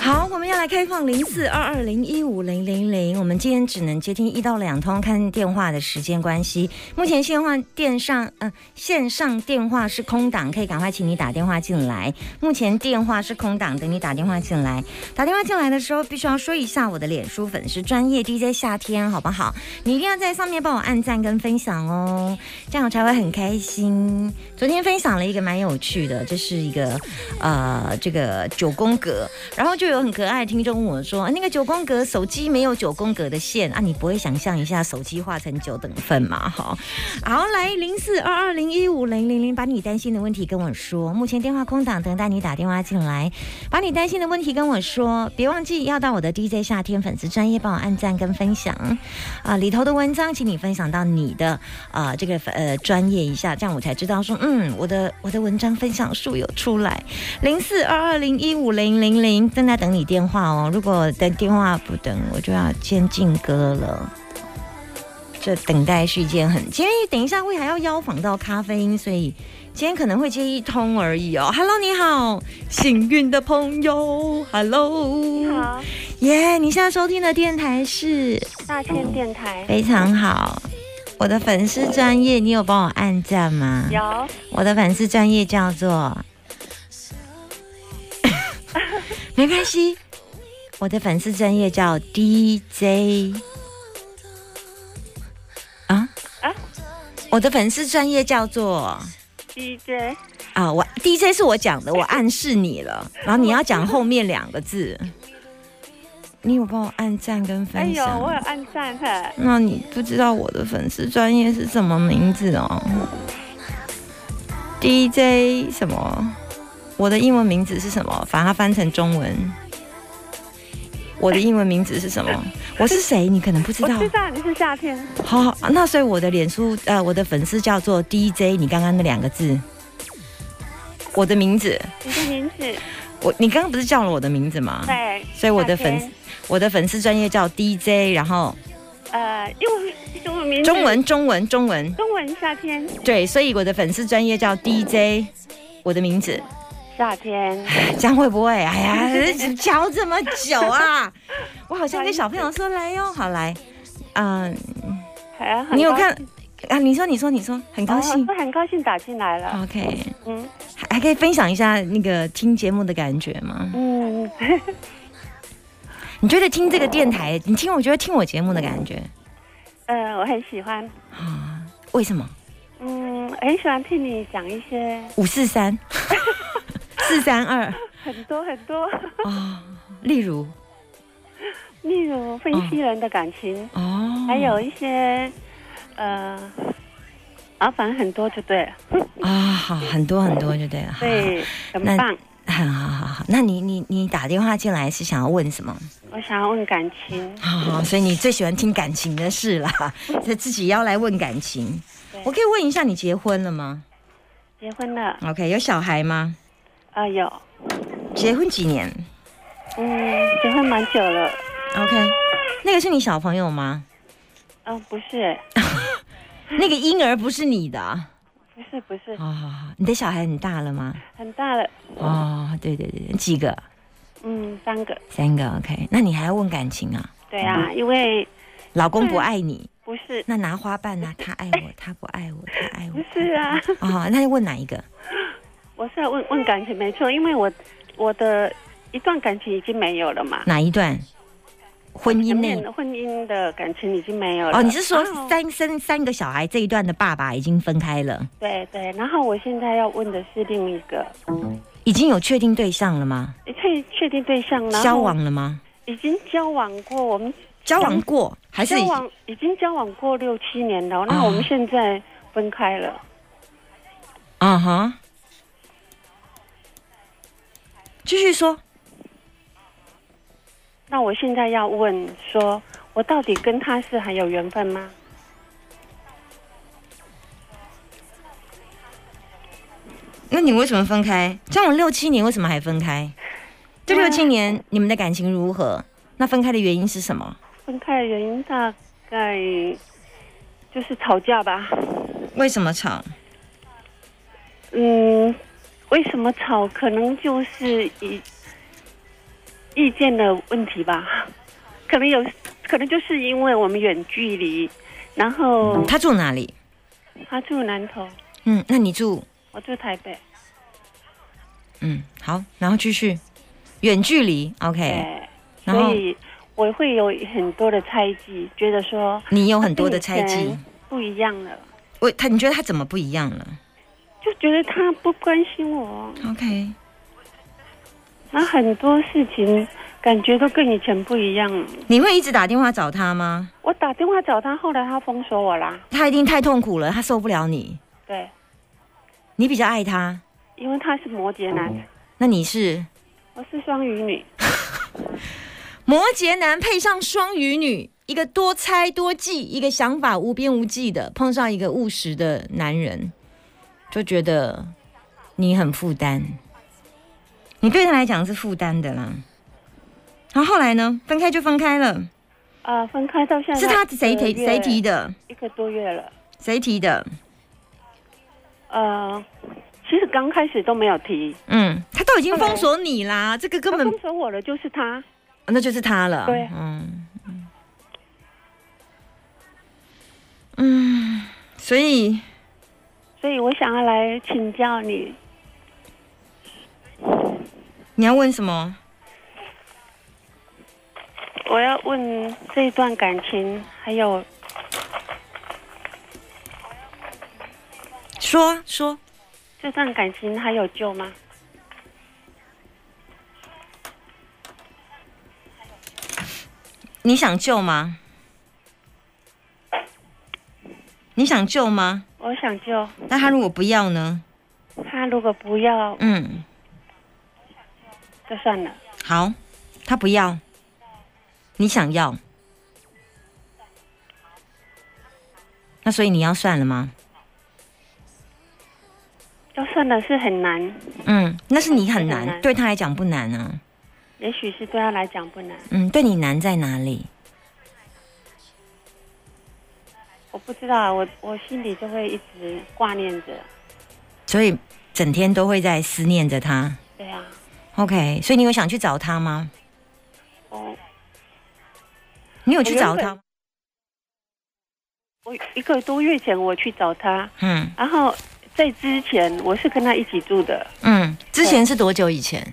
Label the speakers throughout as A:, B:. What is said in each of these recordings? A: 好，我们要来开放零四二二零一五零零零。我们今天只能接听一到两通，看电话的时间关系。目前线话电上，呃，线上电话是空档，可以赶快请你打电话进来。目前电话是空档，等你打电话进来。打电话进来的时候，必须要说一下我的脸书粉丝专业 DJ 夏天，好不好？你一定要在上面帮我按赞跟分享哦，这样我才会很开心。昨天分享了一个蛮有趣的，这是一个呃这个九宫格，然后就有很可爱的听众问我说，啊那个九宫格手机没有九宫格的线啊，你不会想象一下手机画成九等份吗？哈，好来零四二二零一五零零零，把你担心的问题跟我说，目前电话空档，等待你打电话进来，把你担心的问题跟我说，别忘记要到我的 DJ 夏天粉丝专业帮我按赞跟分享。啊、里头的文章，请你分享到你的啊、这个呃专业一下，这样我才知道说，嗯，我的我的文章分享数有出来。零四二二零一五零零零正在等你电话哦，如果等电话不等，我就要先进歌了。这等待是一件很，今天等一下会还要邀访到咖啡因，所以今天可能会接一通而已哦。Hello，你好，幸运的朋友，Hello，你
B: 好，
A: 耶你现在收听的电台是
B: 大千电台
A: 非常好。我的粉丝专业，你有帮我按赞吗？
B: 有
A: 我的粉丝专业叫 做，没关系，我的粉丝专业叫 DJ 啊
B: 啊
A: 我的粉丝专业叫做
B: DJ，
A: 啊，我 DJ 是我讲的，我暗示你了，然后你要讲后面两个字。你有帮我按赞跟
B: 哎
A: 分
B: 呦，
A: 享吗？
B: 我有按赞的，
A: 那你不知道我的粉丝专业是什么名字哦？DJ 什么？我的英文名字是什么？把它翻成中文。我的英文名字是什么？我是谁？你可能不知
B: 我
A: 道。
B: 知道你是夏天，
A: 好好，那所以我的脸书呃，我的粉丝叫做 DJ，你刚刚那两个字，我的名字，
B: 你的名字
A: 我你刚刚不是叫了我的名字吗？
B: 对，
A: 所以我的粉
B: 夏天
A: 我的粉丝专业叫 DJ，然后
B: 呃，英文中文名字
A: 中文中文中文，
B: 中文夏天
A: 对，所以我的粉丝专业叫 DJ，我的名字，
B: 夏天，
A: 这样会不会？哎呀，教这么久 啊！我好像跟小朋友说来哟，好来，嗯、
B: 哎呀
A: 你有看？啊？你说，你说，你说，很
B: 很
A: 高
B: 高兴
A: 兴
B: 哦。我很高兴打进来了，
A: OK，
B: 嗯
A: 还还可以分享一下那个听节目的感觉吗？
B: 嗯，
A: 你觉得听这个电台，你听我觉得听我节目的感觉
B: 呃，我很喜欢，
A: 啊？为什么？
B: 嗯，很喜欢听你讲一些
A: 五四三， 四三二
B: 很多很多，
A: 啊，例如
B: 例如分析人的感情，
A: 哦，
B: 还有一些呃，啊，反正很多就对了。
A: 啊，好，很多很多就对了。好
B: 对，很
A: 啊那
B: 棒。
A: 好好好好，那你你你打电话进来是想要问什么？
B: 我想要问感情，
A: 好好，所以你最喜欢听感情的事 啦，这自己要来问感情
B: 对。
A: 我可以问一下，你结婚了吗
B: 结婚了，
A: ？OK，有小孩吗？
B: 啊、有，
A: 结婚几年
B: 嗯，结婚蛮久了，
A: ？OK，那个是你小朋友吗？
B: 嗯、不是，
A: 那个婴儿不是你的啊？
B: 不是，不是，
A: 好好好，你的小孩很大了吗？
B: 很大了，
A: 哦，对对对，几个？
B: 嗯，三个，
A: 三个。OK，那你还要问感情啊？
B: 对啊，因为
A: 老公不爱你，
B: 不是，
A: 那拿花瓣啊？他爱我，他不爱我，他爱我
B: 不。是啊，
A: 哦，那就问哪一个？
B: 我是要问问感情，没错，因为我我的一段感情已经没有了嘛，
A: 哪一段？婚姻
B: 前
A: 内
B: 面的婚啊姻的感情已经没有了。
A: 哦，你是说
B: 然后
A: 三生三个小孩这一段的爸爸已经分开了，
B: 对对，然后我现在要问的是另一个，
A: 已经有确定对象了吗？
B: 确确定对象，然后
A: 交往了吗？
B: 已经交往过，我们
A: 交往过还是
B: 嗯交
A: 已
B: 往已经交往过六七年了，那
A: 哦
B: 我们现在分开了，
A: 啊哈？继续说，
B: 那我现在要问说，我到底跟他是还有缘分吗？
A: 那你为什么分开？交往六七年，为什么还分开？这
B: 嗯
A: 六七年你们的感情如何？那分开的原因是什么？
B: 分开的原因大概就是吵架吧。
A: 为什么吵？
B: 嗯，为什么吵？可能就是意意见的问题吧。可能有，可能就是因为我们远距离，然后
A: 他住哪里？
B: 他住南头，
A: 嗯，那你住
B: 我住台北。
A: 嗯好，然后继续远距离，OK，
B: 哎，
A: 然后
B: 所以我会有很多的猜忌，觉得说
A: 你有很多的猜
B: 跟以
A: 忌
B: 前。不一样了，
A: 我他你觉得他怎么不一样了
B: 就觉得他不关心我，
A: ？OK，
B: 那很多事情感觉都跟以前不一样。
A: 你会一直打电话找他吗？
B: 我打电话找他，后来他封锁我啦。
A: 他一定太痛苦了，他受不了你。
B: 对，
A: 你比较爱他，
B: 因为他是摩羯男，
A: 那你是
B: 我是双鱼女。
A: 摩羯男配上双鱼女，一个多猜多计，一个想法无边无际的，碰上一个务实的男人，就觉得你很负担，你对他来讲是负担的啦。然后后来呢？分开就分开了，
B: 啊，分开到现在
A: 是他谁提
B: 一个月
A: 谁提的？
B: 一个多月了。
A: 谁提的？
B: 呃，其实刚开始都没有提，
A: 嗯，他都已经封锁你啦，这个根
B: 他
A: 本啊
B: 封锁我了就是他。
A: 那就是他了。
B: 对
A: 嗯嗯，所以
B: 所以我想要来请教你，
A: 你要问什么？
B: 我要问这一段感情，还有
A: 说啊说，
B: 这段感情还有救吗？
A: 你想救吗？你想救吗？
B: 我想救
A: 那他如果不要呢？
B: 他，如果不要
A: 嗯，
B: 就算了。
A: 好，他不要，你想要，那所以你要算了吗？
B: 要算了是很难，
A: 嗯，那是你很
B: 很
A: 难，
B: 难
A: 对他来讲不难啊。
B: 也许是对他来讲不难，
A: 嗯，对你难在哪里？
B: 我不知道，啊我我心里就会一直挂念着。
A: 所以整天都会在思念着他。
B: 对啊，
A: OK，所以你有想去找他吗？
B: 我
A: 你有去找
B: 我
A: 他
B: 原
A: 吗？
B: 我一个多月前我去找他，
A: 嗯
B: 然后在之前我是跟他一起住的，
A: 嗯，之前是多久以前？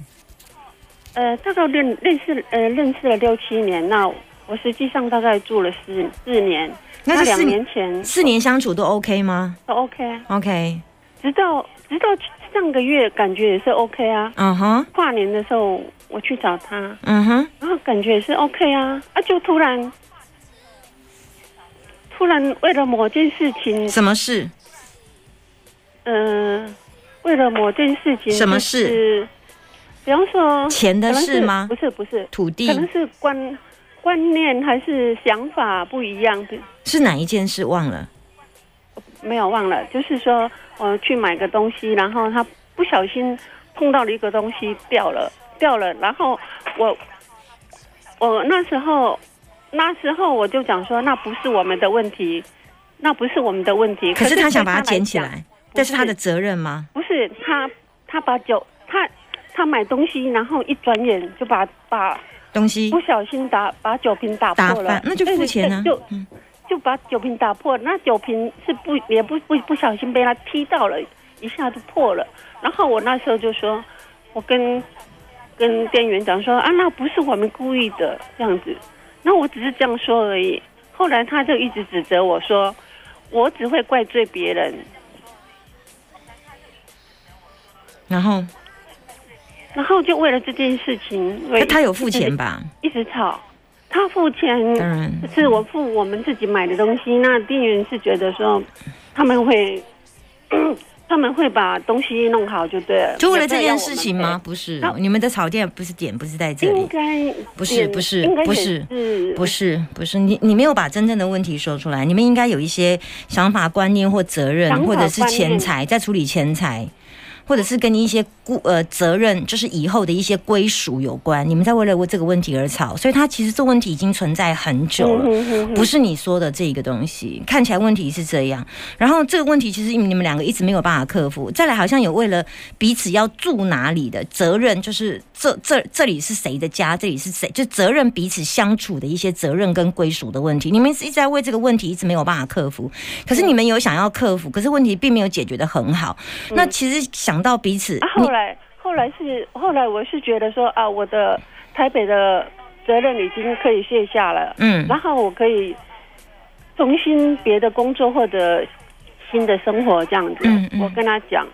B: 呃，大概认认识呃认识了六七年，那我实际上大概住了四四年，
A: 那
B: 那
A: 这四
B: 两年前
A: 四年相处都 OK 吗
B: 都 OK，啊
A: ？OK，
B: 直到直到上个月感觉也是 OK 啊。
A: 嗯哼，
B: 跨年的时候我去找他，
A: 嗯哼，
B: 然后感觉也是 OK 啊，啊就突然突然为了某件事情，
A: 什么事？
B: 嗯、为了某件事情，
A: 什么事？
B: 比方说
A: 钱的事吗
B: 可能是不是不是，
A: 土地
B: 可能是观观念还是想法不一样，比
A: 是哪一件事？忘了。
B: 没有忘了，就是说我去买个东西，然后他不小心碰到了一个东西掉了，掉了，然后我我那时候那时候我就讲说那不是我们的问题，那不是我们的问题。
A: 可是他想把它
B: 对来
A: 捡起
B: 讲，
A: 来，
B: 不
A: 这是他
B: 是
A: 的责任吗？
B: 不是他他把酒他他买东西，然后一转眼就把把
A: 东西
B: 不小心打把酒瓶打
A: 打
B: 破了
A: 翻，，那就付钱啊
B: 对对对就。
A: 嗯
B: 就把酒瓶打破，那酒瓶是不也不不不小心被他踢到了，一下就破了。然后我那时候就说，我跟跟店员讲说啊，那不是我们故意的这样子，那我只是这样说而已。后来他就一直指责我说，我只会怪罪别人，
A: 然后
B: 然后就为了这件事情，为
A: 那他有付钱吧？
B: 一直吵，他付钱，
A: 当然，
B: 是我付我们自己买的东西，那店员是觉得说他们会 他们会把东西弄好就对了，
A: 就为了
B: 也不
A: 这
B: 要
A: 件
B: 我们
A: 事情
B: 赔
A: 吗？？不是
B: 那，
A: 你们的吵架不是点，不是在这
B: 应
A: 里。
B: 该
A: 不是
B: 嗯
A: 不是
B: 应该也
A: 不是
B: 是
A: 不是不是，你你没有把真正的问题说出来，你们应该有一些想法、观念或责任
B: 想，法
A: 或者是
B: 观念
A: 钱财，在处理钱财。或者是跟你一些顾呃责任，就是以后的一些归属有关。你们在为了这个问题而吵，所以它其实这问题已经存在很久
B: 嗯
A: 了，不是你说的这个东西。看起来问题是这样，然后这个问题其实你们两个一直没有办法克服。再来，好像有为了彼此要住哪里的责任，就是这这这里是谁的家，这里是谁，就责任彼此相处的一些责任跟归属的问题。你们一直在为这个问题一直没有办法克服，可是你们有想要克服，可是问题并没有解决的很好。那其实想到彼此，
B: 啊，后来后来是后来我是觉得说啊，我的台北的责任已经可以卸下了，
A: 嗯
B: 然后我可以重新别的工作或者新的生活这样子。
A: 嗯嗯
B: 我跟他讲，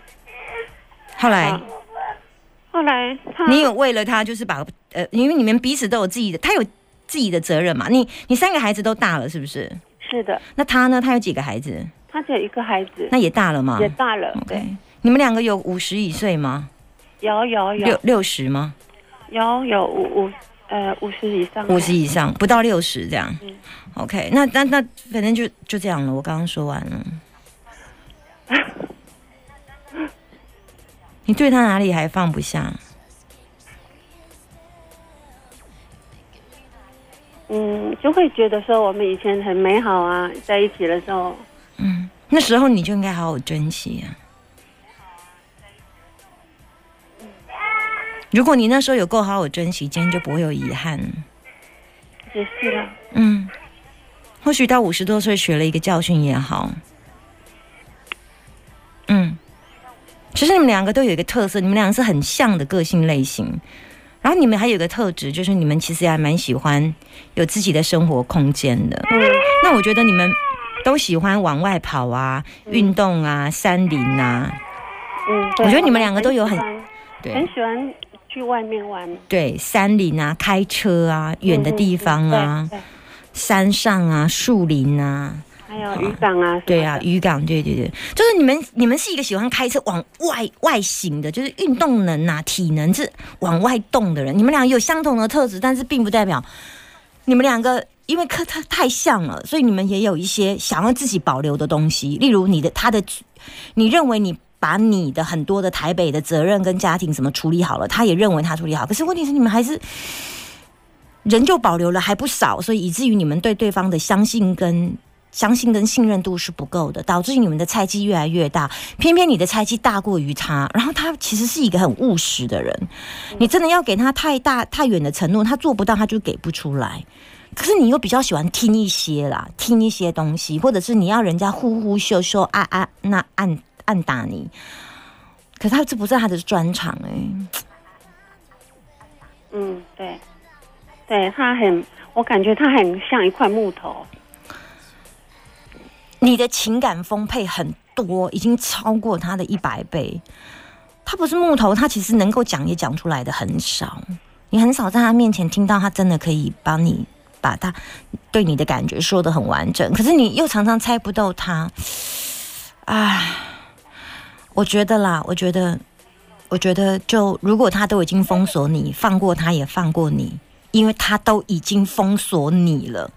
A: 后来
B: 啊后来他
A: 你有为了他，就是把呃，因为你们彼此都有自己的，他有自己的责任嘛。你你三个孩子都大了，是不是？
B: 是的，
A: 那他呢？他有几个孩子？
B: 他只有一个孩子，
A: 那也大了嘛。
B: 也大了，对，
A: OK。你们两个有五十以岁吗？
B: 有有有
A: 六六十吗？
B: 有有五五呃五十以上，
A: 五十以上，不到六十这样
B: 嗯。
A: OK，那那那反正就就这样了。我刚刚说完 了。你对他哪里还放不下？
B: 嗯，就会觉得说我们以前很美好啊，在一起的时候，
A: 嗯，那时候你就应该好好珍惜啊。如果你那时候有够好好珍惜，今天就不会有遗憾。
B: 也是了。
A: 嗯，或许到五十多岁学了一个教训也好。嗯，其实你们两个都有一个特色，你们两个是很像的个性类型。然后你们还有一个特质，就是你们其实还蛮喜欢有自己的生活空间的。
B: 嗯
A: 那我觉得你们都喜欢往外跑啊，运动啊，山林啊，
B: 嗯，
A: 我觉得你们两个都有很
B: 很喜欢
A: 对
B: 很喜欢去外面玩，
A: 对，山林啊，开车啊，远的地方啊
B: 嗯，对对
A: 山上啊，树林啊，
B: 还有渔港啊，
A: 对啊，
B: 什么的，
A: 渔港，对对对，就是你们你们是一个喜欢开车往外外行的，就是运动能啊、体能是往外动的人。你们俩有相同的特质，但是并不代表你们两个因为科太太像了，所以你们也有一些想要自己保留的东西，例如你的他的，你认为你。把你的很多的台北的责任跟家庭怎么处理好了，他也认为他处理好。可是问题是，你们还是人就保留了还不少，所以以至于你们对对方的相信跟相信跟信任度是不够的，导致你们的猜忌越来越大。偏偏你的猜忌大过于他，然后他其实是一个很务实的人，你真的要给他太大太远的承诺，他做不到，他就给不出来。可是你又比较喜欢听一些啦，听一些东西，或者是你要人家呼呼秀秀、啊啊那按按打你，可是他这不是他的专长哎、
B: 嗯，对，对他很，我感觉他很像一块木头，
A: 你的情感丰沛很多，已经超过他的一百倍。他不是木头，他其实能够讲也讲出来的很少，你很少在他面前听到他真的可以帮你把他对你的感觉说的很完整。可是你又常常猜不透他，唉，我觉得啦，我觉得，我觉得就如果他都已经封锁你，放过他也放过你，因为他都已经封锁你了。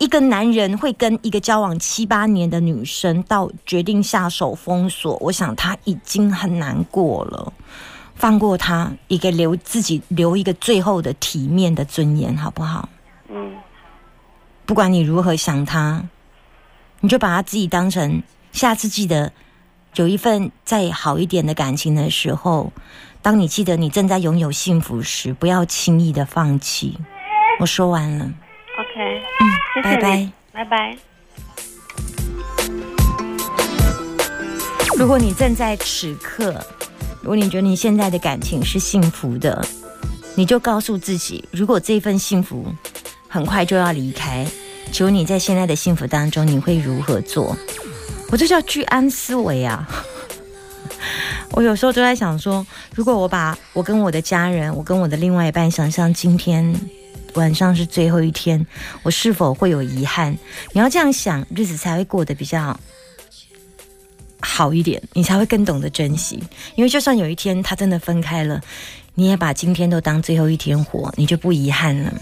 A: 一个男人会跟一个交往七八年的女生到决定下手封锁，我想他已经很难过了。放过他，也给留自己留一个最后的体面的尊严，好不好？
B: 嗯，
A: 不管你如何想他，你就把他自己当成下次记得有一份再好一点的感情的时候，当你记得你正在拥有幸福时，不要轻易的放弃。我说完了，
B: OK，谢
A: 嗯，
B: 谢
A: 拜
B: 你
A: 拜。
B: 拜拜。
A: 如果你正在此刻，如果你觉得你现在的感情是幸福的，你就告诉自己，如果这份幸福很快就要离开，求你在现在的幸福当中，你会如何做？我这叫居安思危啊！ 我有时候都在想说，如果我把我跟我的家人，我跟我的另外一半想象今天晚上是最后一天，我是否会有遗憾？你要这样想，日子才会过得比较好一点，你才会更懂得珍惜。因为就算有一天他真的分开了，你也把今天都当最后一天活，你就不遗憾了。